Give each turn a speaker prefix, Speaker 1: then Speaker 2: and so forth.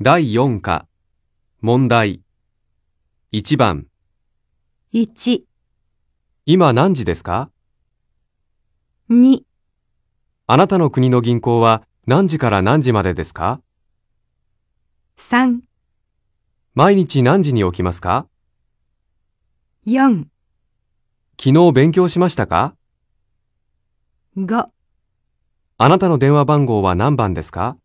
Speaker 1: 第4課、問題。1番、
Speaker 2: 1、
Speaker 1: 今何時ですか
Speaker 2: 2、
Speaker 1: あなたの国の銀行は何時から何時までですか
Speaker 2: 3、
Speaker 1: 毎日何時に起きますか
Speaker 2: 4、
Speaker 1: 昨日勉強しましたか
Speaker 2: 5。
Speaker 1: あなたの電話番号は何番ですか